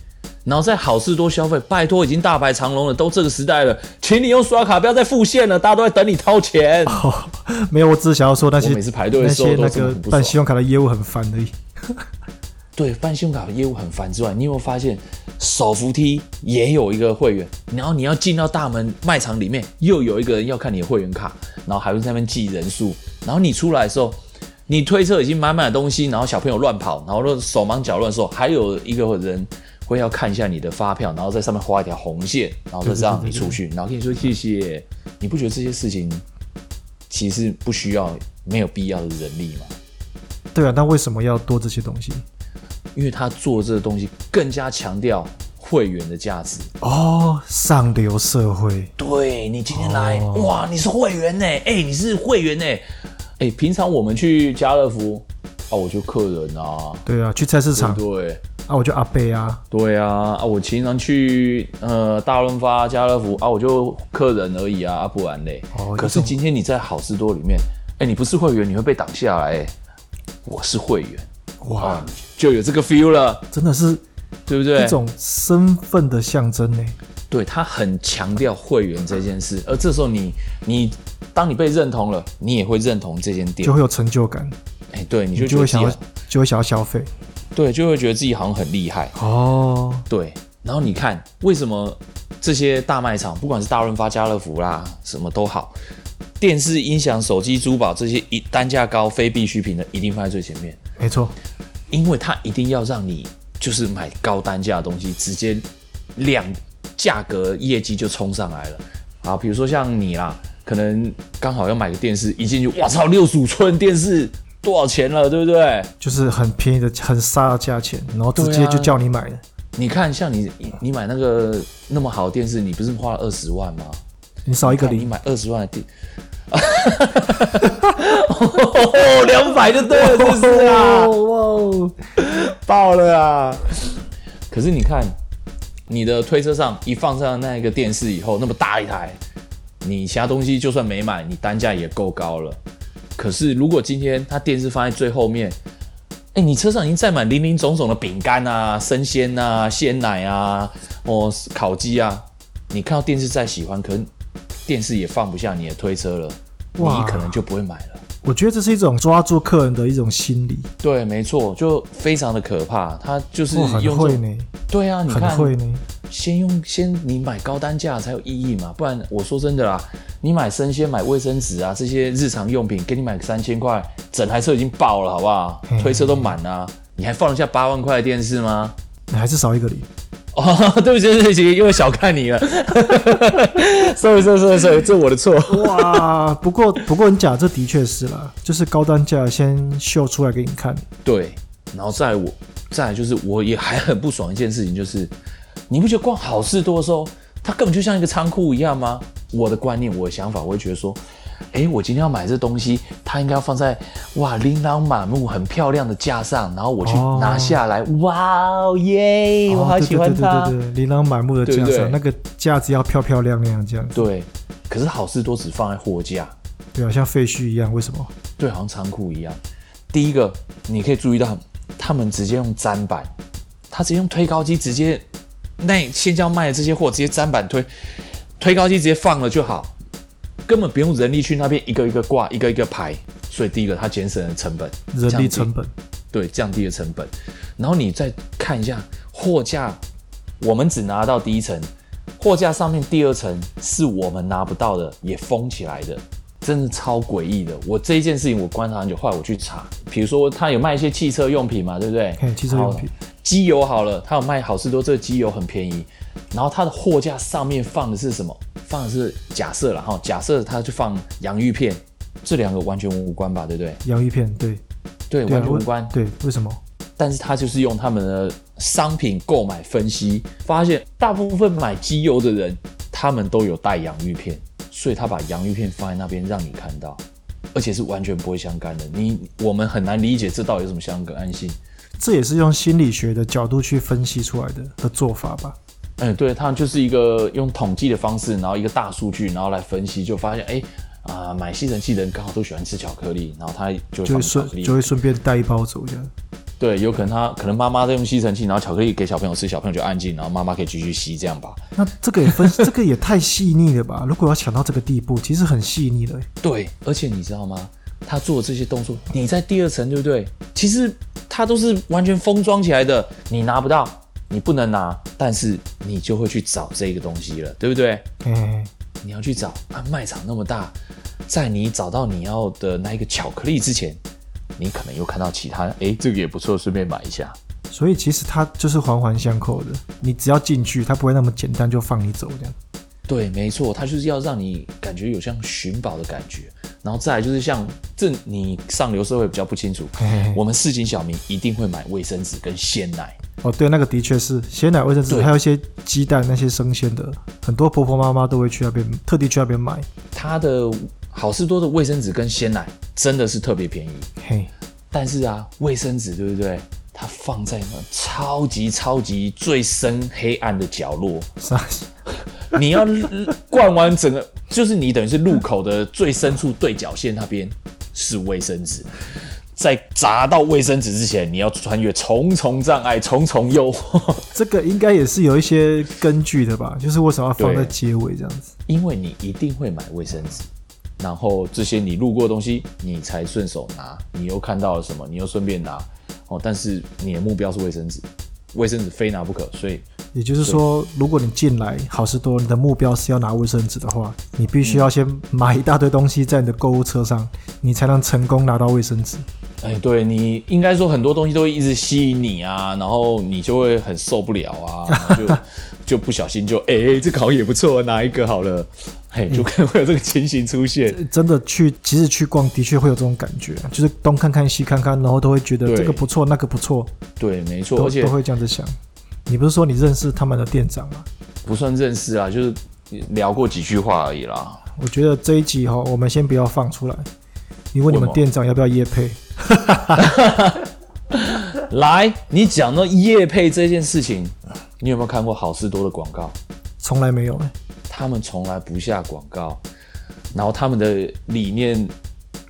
[SPEAKER 2] 然后在好事多消费，拜托，已经大排长龙了，都这个时代了，请你用刷卡，不要再付现了，大家都在等你掏钱。
[SPEAKER 1] 哦，没有，我只是想要说那些
[SPEAKER 2] 我每次排队
[SPEAKER 1] 那
[SPEAKER 2] 的时候
[SPEAKER 1] 些
[SPEAKER 2] 都
[SPEAKER 1] 那
[SPEAKER 2] 这么
[SPEAKER 1] 个
[SPEAKER 2] 很不爽
[SPEAKER 1] 办信用卡的业务很烦而已。
[SPEAKER 2] 对，办信用卡业务很烦之外，你有没有发现手扶梯也有一个会员？然后你要进到大门卖场里面，又有一个人要看你的会员卡，然后还会在那边记人数。然后你出来的时候，你推车已经满满的东西，然后小朋友乱跑，然后手忙脚乱的时候，还有一个人会要看一下你的发票，然后在上面画一条红线，然后再让你出去，然后跟你说谢谢。你不觉得这些事情其实不需要、没有必要的人力吗？
[SPEAKER 1] 对啊，那为什么要多这些东西？
[SPEAKER 2] 因为他做这个东西更加强调会员的价值。
[SPEAKER 1] 哦，上流社会，
[SPEAKER 2] 对你今天来，哇，你是会员呢，哎、你是会员呢，哎、平常我们去家乐福，啊，我就客人啊，
[SPEAKER 1] 对啊，去菜市
[SPEAKER 2] 对
[SPEAKER 1] 场
[SPEAKER 2] 不对？
[SPEAKER 1] 啊，我就阿贝啊，
[SPEAKER 2] 对啊，啊，我平常去呃大润发、家乐福啊，我就客人而已啊，啊不然嘞。
[SPEAKER 1] 哦
[SPEAKER 2] 可是今天你在好事多里面，哎、你不是会员，你会被挡下来、哎，我是会员，
[SPEAKER 1] 哇，
[SPEAKER 2] 啊，就有这个 feel 了，
[SPEAKER 1] 真的是
[SPEAKER 2] 对不对？
[SPEAKER 1] 一种身份的象征呢。
[SPEAKER 2] 对他很强调会员这件事，而这时候你你当你被认同了，你也会认同这间店
[SPEAKER 1] 就，会有成就感，
[SPEAKER 2] 哎、对，你就觉
[SPEAKER 1] 就
[SPEAKER 2] 得
[SPEAKER 1] 会
[SPEAKER 2] 自
[SPEAKER 1] 想
[SPEAKER 2] 己
[SPEAKER 1] 要
[SPEAKER 2] 好
[SPEAKER 1] 就会想要消费。
[SPEAKER 2] 对，就会觉得自己好像很厉害，
[SPEAKER 1] 哦，
[SPEAKER 2] 对。然后你看为什么这些大卖场，不管是大润发、家乐福啦，什么都好，电视、音响、手机、珠宝这些一单价高、非必需品的，一定放在最前面，
[SPEAKER 1] 没错，
[SPEAKER 2] 因为它一定要让你就是买高单价的东西，直接量价格业绩就冲上来了啊。比如说像你啦，可能刚好要买个电视，一进去，哇操，六十五寸电视多少钱了，对不对？
[SPEAKER 1] 就是很便宜的、很杀的价钱，然后直接
[SPEAKER 2] 对啊
[SPEAKER 1] 就叫你买了。
[SPEAKER 2] 你看，像你你买那个那么好的电视，你不是花了二十万吗？
[SPEAKER 1] 你少一个
[SPEAKER 2] 看你
[SPEAKER 1] 零，
[SPEAKER 2] 买二十万的电，哦，两百就对了，是不是啊？
[SPEAKER 1] 哦
[SPEAKER 2] 爆了啊！可是你看，你的推车上一放上那个电视以后，那么大一台，你其他东西就算没买，你单价也够高了。可是如果今天它电视放在最后面，哎、你车上已经载满零零总总的饼干啊、生鲜啊、鲜奶啊、哦烤鸡啊，你看到电视再喜欢，可能电视也放不下你的推车了，你
[SPEAKER 1] 哇
[SPEAKER 2] 可能就不会买了。
[SPEAKER 1] 我觉得这是一种抓住客人的一种心理，
[SPEAKER 2] 对，没错，就非常的可怕。它就是
[SPEAKER 1] 哇，
[SPEAKER 2] 用这
[SPEAKER 1] 很
[SPEAKER 2] 种
[SPEAKER 1] 会呢，
[SPEAKER 2] 对啊，你
[SPEAKER 1] 很
[SPEAKER 2] 看，
[SPEAKER 1] 会呢。
[SPEAKER 2] 先用先你买高单价才有意义嘛，不然我说真的啦，你买生鲜、买卫生纸啊这些日常用品，给你买三千块，整台车已经爆了，好不好？
[SPEAKER 1] 嗯
[SPEAKER 2] 推车都满了、你还放得下八万块的电视吗？ *laughs*
[SPEAKER 1] 你还是少一个零。
[SPEAKER 2] 哦，对不起，对不起，又小看你了 *laughs* ，sorry sorry sorry sorry，这我的错。
[SPEAKER 1] 哇，不过不过你讲这的确是啦，就是高单价先秀出来给你看，
[SPEAKER 2] 对，然后再来我再来就是我也还很不爽一件事情，就是你不觉得逛好事多的时候，它根本就像一个仓库一样吗？我的观念，我的想法，我会觉得说，哎，我今天要买这东西，它应该要放在哇琳琅满目、很漂亮的架上，然后我去
[SPEAKER 1] 哦
[SPEAKER 2] 拿下来，哇哦耶，我好喜欢它。
[SPEAKER 1] 哦对对对对对，琳琅满目的架上，
[SPEAKER 2] 对不对
[SPEAKER 1] 啊那个架子要漂漂亮亮这样子，
[SPEAKER 2] 对可是好事多只放在货架，
[SPEAKER 1] 对啊，像废墟一样，为什么？
[SPEAKER 2] 对，好像仓库一样。第一个，你可以注意到，他们直接用砧板，他直接用推高机直接，那现在要卖的这些货直接砧板推，推高机直接放了就好，根本不用人力去那边一个一个挂，一个一个排。所以第一个，它节省了成本，
[SPEAKER 1] 人
[SPEAKER 2] 降
[SPEAKER 1] 力
[SPEAKER 2] 低
[SPEAKER 1] 成本，
[SPEAKER 2] 对，降低了成本。然后你再看一下货架，我们只拿到第一层，货架上面第二层是我们拿不到的，也封起来的，真的超诡异的。我这一件事情我观察很久，后来我去查，比如说他有卖一些汽车用品嘛，对不对
[SPEAKER 1] 嘿？汽车用品
[SPEAKER 2] 好，机油好了，他有卖好事多这个机油很便宜，然后它的货架上面放的是什么？放的是假设了哈，假设他就放洋芋片，这两个完全无关吧，对不对？
[SPEAKER 1] 洋芋片，对，对
[SPEAKER 2] 对，完
[SPEAKER 1] 啊，
[SPEAKER 2] 全无
[SPEAKER 1] 为
[SPEAKER 2] 关。
[SPEAKER 1] 对，为什么？
[SPEAKER 2] 但是他就是用他们的商品购买分析，发现大部分买机油的人，他们都有带洋芋片，所以他把洋芋片放在那边让你看到，而且是完全不会相干的。你我们很难理解这到底有什么相干性。
[SPEAKER 1] 这也是用心理学的角度去分析出来的的做法吧？
[SPEAKER 2] 嗯，对，他就是一个用统计的方式，然后一个大数据，然后来分析，就发现哎。啊、买吸尘器的人刚好都喜欢吃巧克力，然后他就会
[SPEAKER 1] 就
[SPEAKER 2] 放
[SPEAKER 1] 会
[SPEAKER 2] 巧克
[SPEAKER 1] 顺
[SPEAKER 2] 力
[SPEAKER 1] 就会顺便带一包走这样。
[SPEAKER 2] 对，有可能他可能妈妈在用吸尘器，然后巧克力给小朋友吃，小朋友就安静，然后妈妈可以继续吸，这样吧。
[SPEAKER 1] 那这个也
[SPEAKER 2] *laughs*
[SPEAKER 1] 分，这个也太细腻了吧？如果要想到这个地步，其实很细腻的。
[SPEAKER 2] 对，而且你知道吗？他做这些动作，你在第二层对不对？其实他都是完全封装起来的，你拿不到，你不能拿，但是你就会去找这个东西了，对不对？
[SPEAKER 1] 哎、
[SPEAKER 2] 你要去找啊，卖场那么大，在你找到你要的那一个巧克力之前，你可能又看到其他，诶，这个也不错，顺便买一下。
[SPEAKER 1] 所以其实它就是环环相扣的。你只要进去，它不会那么简单就放你走这样。
[SPEAKER 2] 对，没错，它就是要让你感觉有像寻宝的感觉，然后再来就是像这你上流社会比较不清楚
[SPEAKER 1] *laughs* 嘿嘿嘿，
[SPEAKER 2] 我们市井小民一定会买卫生纸跟鲜奶，
[SPEAKER 1] 哦，对，那个的确是鲜奶、卫生纸，
[SPEAKER 2] 对
[SPEAKER 1] 还有一些鸡蛋那些生鲜的，很多婆婆妈妈都会去那边特地去那边买。
[SPEAKER 2] 它的好事多的卫生纸跟鲜奶真的是特别便宜，
[SPEAKER 1] 嘿，
[SPEAKER 2] 但是啊，卫生纸对不对？它放在那超级超级最深黑暗的角落，
[SPEAKER 1] 啥？
[SPEAKER 2] 你要灌完整个，就是你等于是路口的最深处对角线那边是卫生纸，在砸到卫生纸之前，你要穿越重重障碍、重重诱惑，
[SPEAKER 1] 这个应该也是有一些根据的吧？就是为什么要放在
[SPEAKER 2] 对
[SPEAKER 1] 结尾这样子？
[SPEAKER 2] *laughs* 因为你一定会买卫生纸，然后这些你路过的东西，你才顺手拿，你又看到了什么，你又顺便拿，哦，但是你的目标是卫生纸，卫生纸非拿不可，所以
[SPEAKER 1] 也就是说，如果你进来好事多，你的目标是要拿卫生纸的话，你必须要先买一大堆东西在你的购物车上，你才能成功拿到卫生纸。
[SPEAKER 2] 哎，对你应该说很多东西都会一直吸引你啊，然后你就会很受不了啊，然后就
[SPEAKER 1] *laughs*
[SPEAKER 2] 就不小心就哎、这个好像也不错，拿一个好了，嘿，
[SPEAKER 1] 嗯
[SPEAKER 2] 就可能会有这个情形出现。
[SPEAKER 1] 真的去，其实去逛的确会有这种感觉，就是东看看西看看，然后都会觉得
[SPEAKER 2] 对
[SPEAKER 1] 这个不错，那个不错，
[SPEAKER 2] 对，没错，
[SPEAKER 1] 都
[SPEAKER 2] 而且
[SPEAKER 1] 都会这样子想。你不是说你认识他们的店长吗？
[SPEAKER 2] 不算认识啊，就是聊过几句话而已
[SPEAKER 1] *laughs*
[SPEAKER 2] 啦。
[SPEAKER 1] 我觉得这一集哈，我们先不要放出来。你问你
[SPEAKER 2] 为什
[SPEAKER 1] 们
[SPEAKER 2] 么
[SPEAKER 1] 店长要不要夜配？
[SPEAKER 2] 来，你讲到夜配这件事情，你有没有看过好事多的广告？
[SPEAKER 1] 从来没有、欸，
[SPEAKER 2] 他们从来不下广告，然后他们的理念，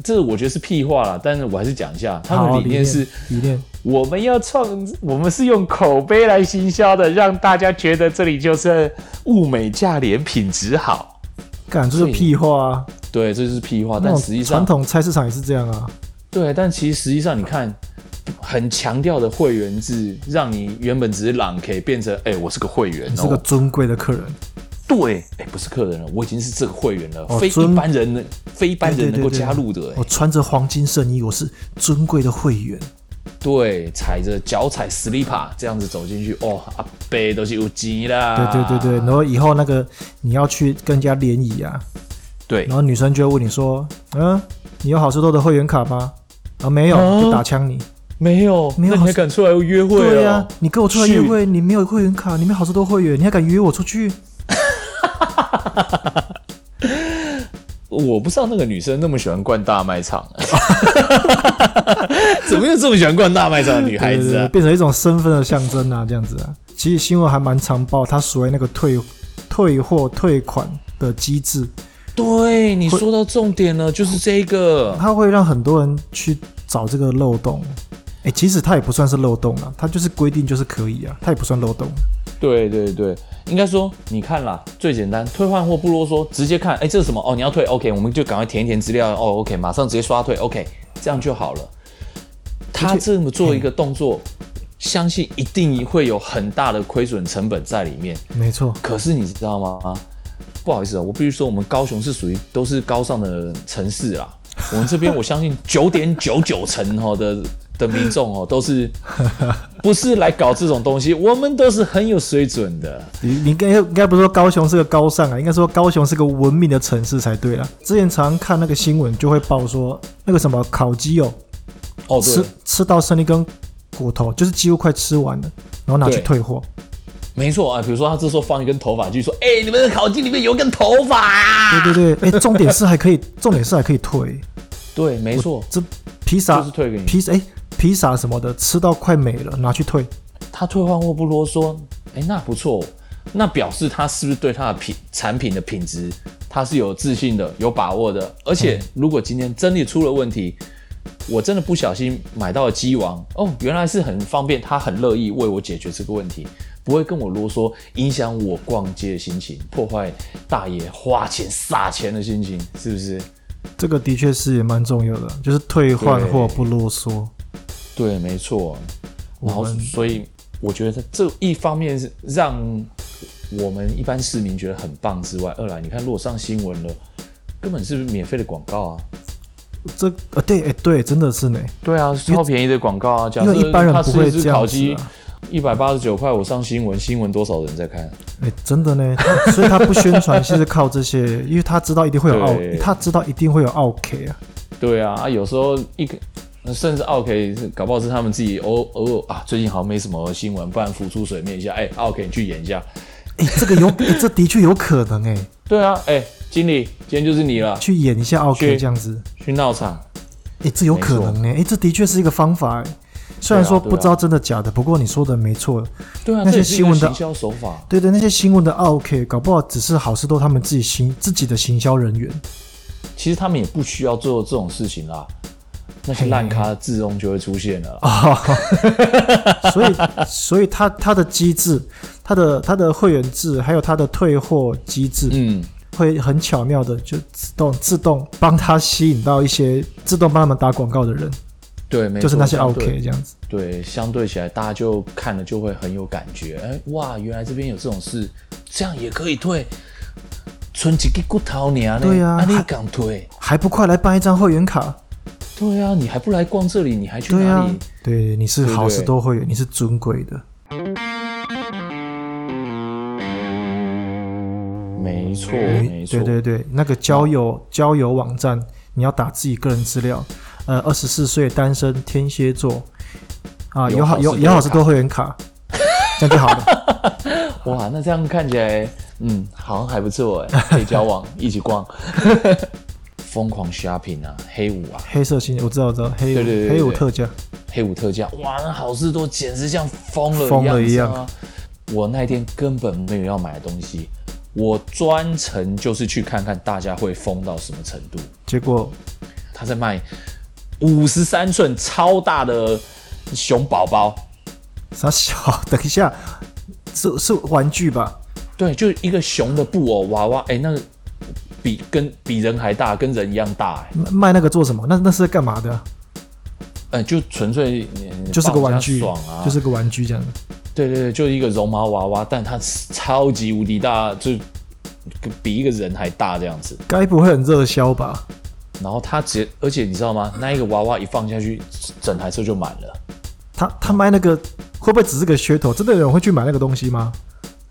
[SPEAKER 2] 这我觉得是屁话啦，但是我还是讲一下，他们
[SPEAKER 1] 好
[SPEAKER 2] 的理念是。
[SPEAKER 1] 理念，
[SPEAKER 2] 我们要创，我们是用口碑来行销的，让大家觉得这里就是物美价廉，品质好。
[SPEAKER 1] 感这是
[SPEAKER 2] 所以
[SPEAKER 1] 屁话啊！
[SPEAKER 2] 对，这就是屁话，
[SPEAKER 1] 那
[SPEAKER 2] 但实
[SPEAKER 1] 种
[SPEAKER 2] 际
[SPEAKER 1] 传
[SPEAKER 2] 上，
[SPEAKER 1] 统菜市场也是这样啊。
[SPEAKER 2] 对，但其实实际上，你看，很强调的会员制，让你原本只是朗 K 变成哎、我是个会员
[SPEAKER 1] 你
[SPEAKER 2] 哦，
[SPEAKER 1] 是个尊贵的客人，
[SPEAKER 2] 对，哎、不是客人了，我已经是这个会员了，
[SPEAKER 1] 哦
[SPEAKER 2] 非
[SPEAKER 1] 尊
[SPEAKER 2] 一般人能非一般
[SPEAKER 1] 对
[SPEAKER 2] 人
[SPEAKER 1] 对
[SPEAKER 2] 能够
[SPEAKER 1] 对对
[SPEAKER 2] 加入的、哎
[SPEAKER 1] 我穿着黄金圣衣，我是尊贵的会员。
[SPEAKER 2] 对，踩着脚踩 slipper 这样子走进去，哦，阿伯都是有钱啦，
[SPEAKER 1] 对对对对，然后以后那个你要去跟人家联谊啊，
[SPEAKER 2] 对
[SPEAKER 1] 然后女生就会问你说：“嗯，你有好事多的会员卡吗？”啊，没有，
[SPEAKER 2] 啊
[SPEAKER 1] 就打枪你。
[SPEAKER 2] 没有，
[SPEAKER 1] 没有
[SPEAKER 2] 那你还敢出来约会、哦？
[SPEAKER 1] 对呀、你跟我出来约会，你没有会员卡，你没有好事多会员，你还敢约我出去？
[SPEAKER 2] 我不知道那个女生那么喜欢逛大卖场、
[SPEAKER 1] *laughs*
[SPEAKER 2] 啊，怎么又这么喜欢逛大卖场的女孩
[SPEAKER 1] 对对
[SPEAKER 2] 子
[SPEAKER 1] 对，
[SPEAKER 2] 啊？
[SPEAKER 1] 变成一种身份的象征啊，这样子啊。其实新闻还蛮常报，它所谓那个退退货退款的机制，
[SPEAKER 2] 对，你说到重点了，就是这个。
[SPEAKER 1] 它会让很多人去找这个漏洞。哎，其实它也不算是漏洞啊，它就是规定就是可以啊，它也不算漏洞。
[SPEAKER 2] 对对对，应该说，你看啦，最简单，退换货不啰嗦，直接看，哎，这是什么？哦，你要退，OK，我们就赶快填一填资料，哦，OK，马上直接刷退，OK，这样就好了。他这么做一个动作，相信一定会有很大的亏损成本在里面。
[SPEAKER 1] 没错，
[SPEAKER 2] 可是你知道吗？不好意思啊，我必须说，我们高雄是属于都是高尚的城市啦。我们这边 *laughs* 我相信九点九九成哈的的民众哦，都是不是来搞这种东西，我们都是很有水准的。
[SPEAKER 1] 你你应该应该不是说高雄是个高尚啊，应该说高雄是个文明的城市才对啦。之前常看那个新闻就会报说那个什么烤鸡哦，
[SPEAKER 2] 哦，
[SPEAKER 1] 吃
[SPEAKER 2] 对，
[SPEAKER 1] 吃到剩一根骨头，就是几乎快吃完了，然后拿去
[SPEAKER 2] 对
[SPEAKER 1] 退货。
[SPEAKER 2] 没错啊。比如说他这时候放一根头发进去，说：“哎、你们的烤鸡里面有一根头发啊！”
[SPEAKER 1] 对对
[SPEAKER 2] *laughs*
[SPEAKER 1] 对，哎，重点是还可以，重点是还可以退。
[SPEAKER 2] 对，没错，
[SPEAKER 1] 这披萨
[SPEAKER 2] 就是退给你
[SPEAKER 1] 披萨哎披萨什么的，吃到快没了拿去退。
[SPEAKER 2] 他退换货不啰嗦，哎、那不错，那表示他是不是对他的品产品的品质，他是有自信的、有把握的。而且，如果今天真的出了问题，我真的不小心买到了鸡王，哦，原来是很方便，他很乐意为我解决这个问题，不会跟我啰嗦，影响我逛街的心情，破坏大爷花钱撒钱的心情，是不是？
[SPEAKER 1] 这个的确是也蛮重要的，就是退换货
[SPEAKER 2] 对
[SPEAKER 1] 不啰嗦。
[SPEAKER 2] 对，没错。然后
[SPEAKER 1] 我，们
[SPEAKER 2] 所以我觉得这一方面是让我们一般市民觉得很棒之外，二来你看，如果上新闻了，根本是免费的广告啊。
[SPEAKER 1] 这呃对哎对，真的是呢。
[SPEAKER 2] 对啊，超便宜的广告啊。假
[SPEAKER 1] 因为一般人
[SPEAKER 2] 他
[SPEAKER 1] 不会
[SPEAKER 2] 吃一
[SPEAKER 1] 这
[SPEAKER 2] 只
[SPEAKER 1] 样
[SPEAKER 2] 烤
[SPEAKER 1] 子
[SPEAKER 2] 鸡
[SPEAKER 1] 啊
[SPEAKER 2] 一百八十九块，我上新闻，新闻多少人在看？
[SPEAKER 1] 哎，真的呢， *laughs* 他所以他不宣传，其实靠这些，因为他知道一定会有奥
[SPEAKER 2] 对，
[SPEAKER 1] 他知道一定会有奥 K 啊，
[SPEAKER 2] 对啊，啊，有时候一个。甚至奥 K 搞不好是他们自己偶偶尔啊，最近好像没什么新闻，不然浮出水面一下。哎、奥 K 你去演一下。
[SPEAKER 1] 哎，这个有，哎这的确有可能哎，
[SPEAKER 2] 对啊，哎、经理，今天就是你了，
[SPEAKER 1] 去演一下奥 K
[SPEAKER 2] 去
[SPEAKER 1] 这样子，
[SPEAKER 2] 去闹场。
[SPEAKER 1] 哎，这有可能哎，哎，这的确是一个方法哎，虽然
[SPEAKER 2] 对啊
[SPEAKER 1] 说
[SPEAKER 2] 对
[SPEAKER 1] 不知
[SPEAKER 2] 啊
[SPEAKER 1] 道真的假的，不过你说的没错，
[SPEAKER 2] 对啊，
[SPEAKER 1] 那
[SPEAKER 2] 这
[SPEAKER 1] 些
[SPEAKER 2] 也是一
[SPEAKER 1] 新
[SPEAKER 2] 个
[SPEAKER 1] 闻的
[SPEAKER 2] 行销手法。
[SPEAKER 1] 对对，那些新闻的奥 K，搞不好只是好事多他们自己行自己的行销人员，
[SPEAKER 2] 其实他们也不需要做这种事情啦，那些烂咖自动就会出现了
[SPEAKER 1] 哎啊
[SPEAKER 2] 啦。
[SPEAKER 1] 所以，所以它它的机制，它的它的会员制，还有它的退货机制，
[SPEAKER 2] 嗯，
[SPEAKER 1] 会很巧妙的就自动自动帮他吸引到一些自动帮他们打广告的人，
[SPEAKER 2] 对，没错，
[SPEAKER 1] 就是那些
[SPEAKER 2] 相对
[SPEAKER 1] OK 这样子。
[SPEAKER 2] 对，相对起来，大家就看了就会很有感觉。哎，哇，原来这边有这种事，这样也可以退，存几个骨头娘呢？
[SPEAKER 1] 对啊
[SPEAKER 2] 你
[SPEAKER 1] 还
[SPEAKER 2] 敢退？
[SPEAKER 1] 还不快来办一张会员卡？
[SPEAKER 2] 对啊，你还不来逛这里，你还去
[SPEAKER 1] 对
[SPEAKER 2] 哪
[SPEAKER 1] 啊
[SPEAKER 2] 里？，
[SPEAKER 1] 对，你是
[SPEAKER 2] 对对
[SPEAKER 1] 好事多会员，你是尊贵的。
[SPEAKER 2] 没错，没错，
[SPEAKER 1] 对对对，那个交友交友网站，你要打自己个人资料，呃，二十四岁单身，天蝎座，啊，
[SPEAKER 2] 有
[SPEAKER 1] 有好
[SPEAKER 2] 好事
[SPEAKER 1] 有
[SPEAKER 2] 多
[SPEAKER 1] 有好
[SPEAKER 2] 卡
[SPEAKER 1] 事多会员卡，这样就好了。
[SPEAKER 2] *laughs* 哇，那这样看起来，嗯，好像还不错哎，可以交往，一起逛， *laughs* 疯狂 shopping 啊，黑五啊，
[SPEAKER 1] 黑色星期，我知道我知道，黑
[SPEAKER 2] 对对对
[SPEAKER 1] 五
[SPEAKER 2] 对
[SPEAKER 1] 黑五
[SPEAKER 2] 对
[SPEAKER 1] 特价，
[SPEAKER 2] 黑五特价，哇，那好事多简直像疯了
[SPEAKER 1] 疯了
[SPEAKER 2] 一
[SPEAKER 1] 一
[SPEAKER 2] 样
[SPEAKER 1] 样
[SPEAKER 2] 你知道吗。我那天根本没有要买的东西，我专程就是去看看大家会疯到什么程度。
[SPEAKER 1] 结果
[SPEAKER 2] 他在卖五十三寸超大的熊宝宝，
[SPEAKER 1] 傻小，等一下，是是玩具吧？
[SPEAKER 2] 对，就一个熊的布偶娃娃，哎、那个比跟比人还大，跟人一样大、哎。
[SPEAKER 1] 卖卖那个做什么？那那是在干嘛的？
[SPEAKER 2] 呃，就纯粹嗯
[SPEAKER 1] 就是个
[SPEAKER 2] 抱一下
[SPEAKER 1] 玩具，
[SPEAKER 2] 爽啊，
[SPEAKER 1] 就是个玩具这样子。
[SPEAKER 2] 对对对，就是一个绒毛娃娃，但它超级无敌大，就比一个人还大这样子。
[SPEAKER 1] 该不会很热销吧？
[SPEAKER 2] 然后它直接，而且你知道吗？那一个娃娃一放下去，整台车就满了。
[SPEAKER 1] 他他卖那个会不会只是个噱头？真的有人会去买那个东西吗？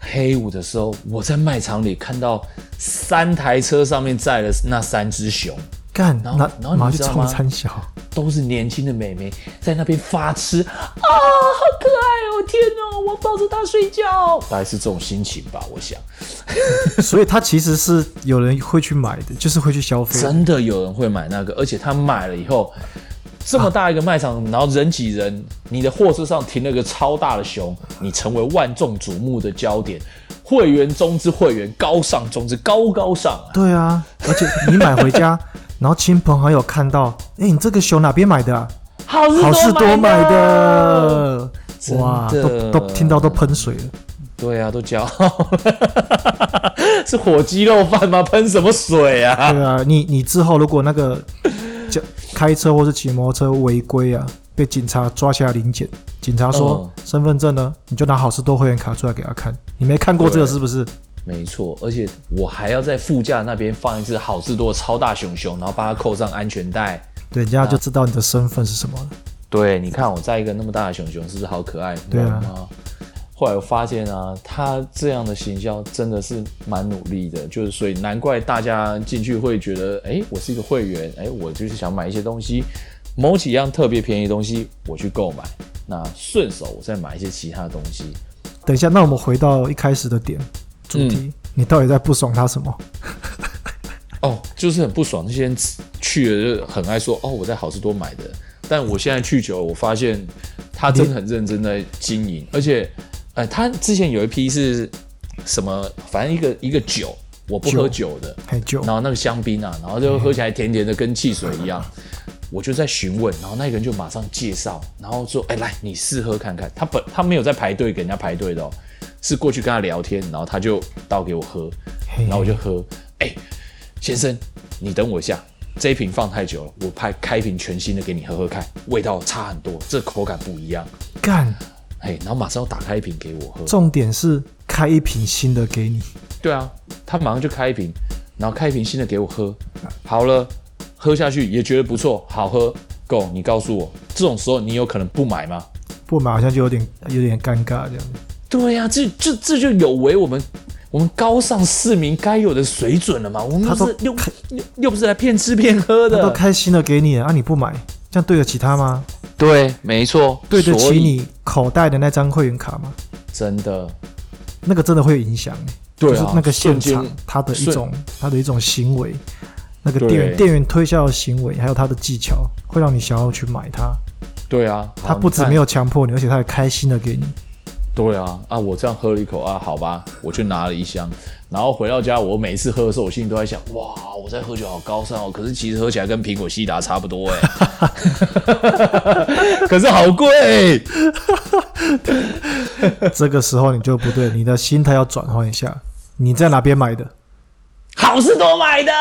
[SPEAKER 2] 黑五的时候，我在卖场里看到三台车上面载了那三只熊，
[SPEAKER 1] 干，
[SPEAKER 2] 然后
[SPEAKER 1] 拿
[SPEAKER 2] 然后你
[SPEAKER 1] 拿去
[SPEAKER 2] 知道
[SPEAKER 1] 冲
[SPEAKER 2] 吗
[SPEAKER 1] 三小，
[SPEAKER 2] 都是年轻的美眉在那边发痴啊，好可爱哦！天哦，我抱着它睡觉，大概是这种心情吧，我想。
[SPEAKER 1] 所以他其实是有人会去买的，就是会去消费。
[SPEAKER 2] 真的有人会买那个，而且他买了以后，这么大一个卖场，然后人挤人，你的货车上停了个超大的熊，你成为万众瞩目的焦点，会员中之会员，高尚中之高高尚啊！
[SPEAKER 1] 对啊，而且你买回家， *laughs* 然后亲朋好友看到，哎、你这个熊哪边买的、啊？
[SPEAKER 2] 好
[SPEAKER 1] 好事多买
[SPEAKER 2] 的，
[SPEAKER 1] 的，
[SPEAKER 2] 真的
[SPEAKER 1] 哇，都都听到都喷水了。
[SPEAKER 2] 对啊，都骄傲了， *laughs* 是火鸡肉饭吗？喷什么水啊？
[SPEAKER 1] 对啊，你你之后如果那个就开车或是骑摩托车违规啊，被警察抓起来临检，警察
[SPEAKER 2] 哦
[SPEAKER 1] 说、身份证呢，你就拿好事多会员卡出来给他看，你没看过这个是不是？
[SPEAKER 2] 嗯没错，而且我还要在副驾那边放一只好事多的超大熊熊，然后帮它扣上安全带。
[SPEAKER 1] 对，人家就知道你的身份是什么了。
[SPEAKER 2] 对，你看我在一个那么大的熊熊，是不是好可爱？
[SPEAKER 1] 对啊
[SPEAKER 2] 然后后来我发现啊，他这样的行销真的是蛮努力的，就是所以难怪大家进去会觉得，哎，我是一个会员，哎，我就是想买一些东西，某几样特别便宜的东西我去购买，那顺手我再买一些其他的东西。
[SPEAKER 1] 等一下，那我们回到一开始的点主题，
[SPEAKER 2] 嗯
[SPEAKER 1] 你到底在不爽他什么？
[SPEAKER 2] 哦，就是很不爽，那些人去了就很爱说，哦，我在好事多买的。但我现在去久了，我发现他真的很认真在经营，而且，呃，他之前有一批是什么，反正一个一个酒，我不喝酒的，
[SPEAKER 1] 太久
[SPEAKER 2] 然后那个香槟啊，然后就喝起来甜甜的，跟汽水一样。我就在询问，然后那个人就马上介绍，然后说：“哎、来，你试喝看看。”他本他没有在排队给人家排队的哦，是过去跟他聊天，然后他就倒给我喝，
[SPEAKER 1] 嘿
[SPEAKER 2] 然后我就喝。哎、先生，你等我一下，这一瓶放太久了，我拍开一瓶全新的给你喝喝看，味道差很多，这口感不一样。
[SPEAKER 1] 干，
[SPEAKER 2] 哎、然后马上又打开一瓶给我喝。
[SPEAKER 1] 重点是开一瓶新的给你，
[SPEAKER 2] 对啊，他马上就开一瓶，然后开一瓶新的给我喝，好了，喝下去也觉得不错，好喝，够。你告诉我，这种时候你有可能不买吗？
[SPEAKER 1] 不买好像就有点有点尴尬这样。
[SPEAKER 2] 对呀、这这这就有违我们我们高尚市民该有的水准了嘛。我们
[SPEAKER 1] 他
[SPEAKER 2] 不
[SPEAKER 1] 都
[SPEAKER 2] 是又又又不是来骗吃骗喝
[SPEAKER 1] 他都
[SPEAKER 2] 的，
[SPEAKER 1] 开新的给你了，啊你不买，这样对得起他吗？
[SPEAKER 2] 对，没错，
[SPEAKER 1] 对得
[SPEAKER 2] 所
[SPEAKER 1] 起
[SPEAKER 2] 以
[SPEAKER 1] 你口袋的那张会员卡吗？
[SPEAKER 2] 真的。
[SPEAKER 1] 那个真的会有影响、欸，
[SPEAKER 2] 对啊
[SPEAKER 1] 就是那个现
[SPEAKER 2] 瞬
[SPEAKER 1] 场
[SPEAKER 2] 间
[SPEAKER 1] 他的一
[SPEAKER 2] 瞬
[SPEAKER 1] 种他的一种行为，那个
[SPEAKER 2] 对
[SPEAKER 1] 店员店员推销的行为，还有他的技巧，会让你想要去买它。
[SPEAKER 2] 对啊，
[SPEAKER 1] 他不止没
[SPEAKER 2] 有
[SPEAKER 1] 有强迫你，而且他还开心的给你。
[SPEAKER 2] 对啊啊！我这样喝了一口啊，好吧，我就拿了一箱，然后回到家，我每次喝的时候，我心里都在想，哇，我在喝酒好高尚哦，可是其实喝起来跟苹果西达差不
[SPEAKER 1] *laughs*
[SPEAKER 2] 多哎、可是好贵、
[SPEAKER 1] 这个时候你就不对，你的心态要转换一下。你在哪边买的？
[SPEAKER 2] 好事多买的。